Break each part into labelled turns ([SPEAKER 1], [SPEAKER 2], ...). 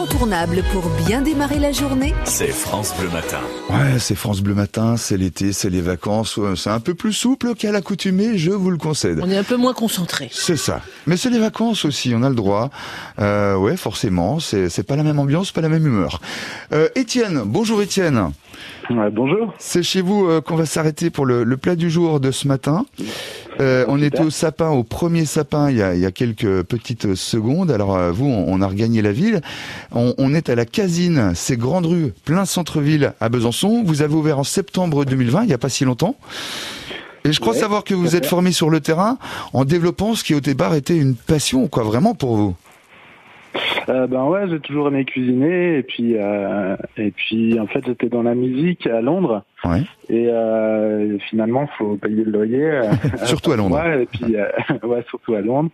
[SPEAKER 1] incontournable pour bien démarrer la journée
[SPEAKER 2] C'est France Bleu Matin.
[SPEAKER 3] Ouais, c'est France Bleu Matin, c'est l'été, c'est les vacances, euh, c'est un peu plus souple qu'à l'accoutumée, je vous le concède.
[SPEAKER 4] On est un peu moins concentré.
[SPEAKER 3] C'est ça. Mais c'est les vacances aussi, on a le droit. Euh, ouais, forcément, c'est c'est pas la même ambiance, pas la même humeur. Euh, Étienne, bonjour Étienne.
[SPEAKER 5] Ouais, bonjour.
[SPEAKER 3] C'est chez vous euh, qu'on va s'arrêter pour le, le plat du jour de ce matin. Euh, on était au sapin, au premier sapin, il y a, il y a quelques petites secondes. Alors euh, vous, on, on a regagné la ville. On, on est à la Casine, c'est grande rue, plein centre-ville à Besançon. Vous avez ouvert en septembre 2020, il n'y a pas si longtemps. Et je crois
[SPEAKER 5] Ouais,
[SPEAKER 3] savoir que
[SPEAKER 5] tout à
[SPEAKER 3] vous êtes
[SPEAKER 5] fait.
[SPEAKER 3] formé sur le terrain en développant ce qui au départ était une passion, quoi, vraiment pour vous.
[SPEAKER 5] Euh, ben ouais, j'ai toujours aimé cuisiner et puis euh, et puis en fait j'étais dans la musique à Londres
[SPEAKER 3] Ouais.
[SPEAKER 5] et euh, finalement faut payer le loyer. euh,
[SPEAKER 3] Surtout à Londres.
[SPEAKER 5] Ouais, et puis euh, ouais surtout à Londres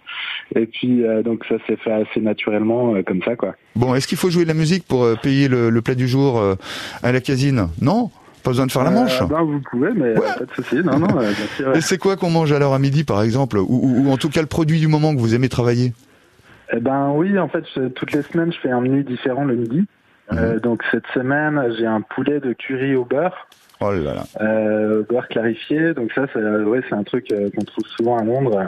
[SPEAKER 5] et puis euh, donc ça s'est fait assez naturellement euh, comme ça quoi.
[SPEAKER 3] Bon, est-ce qu'il faut jouer de la musique pour euh, payer le, le plat du jour euh, à la Casine Non, pas besoin de faire la manche.
[SPEAKER 5] Euh, ben, vous pouvez mais
[SPEAKER 3] Ouais.
[SPEAKER 5] euh, pas de souci non non. euh, bien sûr.
[SPEAKER 3] Et c'est quoi qu'on mange alors à midi, par exemple, ou, ou- ou en tout cas le produit du moment que vous aimez travailler
[SPEAKER 5] Eh ben oui, en fait, je- toutes les semaines, je fais un menu différent le midi.
[SPEAKER 3] Mhm.
[SPEAKER 5] Euh, donc cette semaine, j'ai un poulet de curry au beurre,
[SPEAKER 3] Oh là là.
[SPEAKER 5] euh, au beurre clarifié. Donc ça, c'est ouais, c'est un truc euh, qu'on trouve souvent à Londres.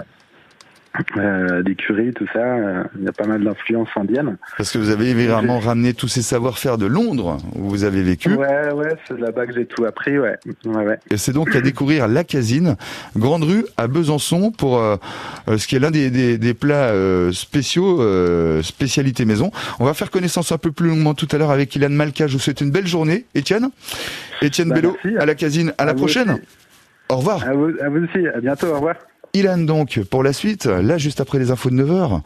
[SPEAKER 5] Euh, des curries, tout ça. euh, Il y a pas mal d'influence indienne.
[SPEAKER 3] Parce que vous avez évidemment ramené tous ces savoir-faire de Londres où vous avez vécu.
[SPEAKER 5] Ouais, ouais, c'est là-bas que j'ai tout appris, ouais. ouais, ouais.
[SPEAKER 3] Et c'est donc à découvrir la Casine, Grande Rue à Besançon pour euh, euh, ce qui est l'un des, des- des plats euh, spéciaux, euh, spécialité maison. On va faire connaissance un peu plus longuement tout à l'heure avec Ilan Malka. Je vous souhaite une belle journée, Étienne. Étienne
[SPEAKER 5] Bah,
[SPEAKER 3] Bello,
[SPEAKER 5] merci.
[SPEAKER 3] à la Casine. À, la
[SPEAKER 5] vous
[SPEAKER 3] prochaine.
[SPEAKER 5] aussi. Ah.
[SPEAKER 3] Au revoir.
[SPEAKER 5] À vous, à vous aussi. À bientôt. Au revoir.
[SPEAKER 3] Ilan donc pour la suite, là juste après les infos de 9h.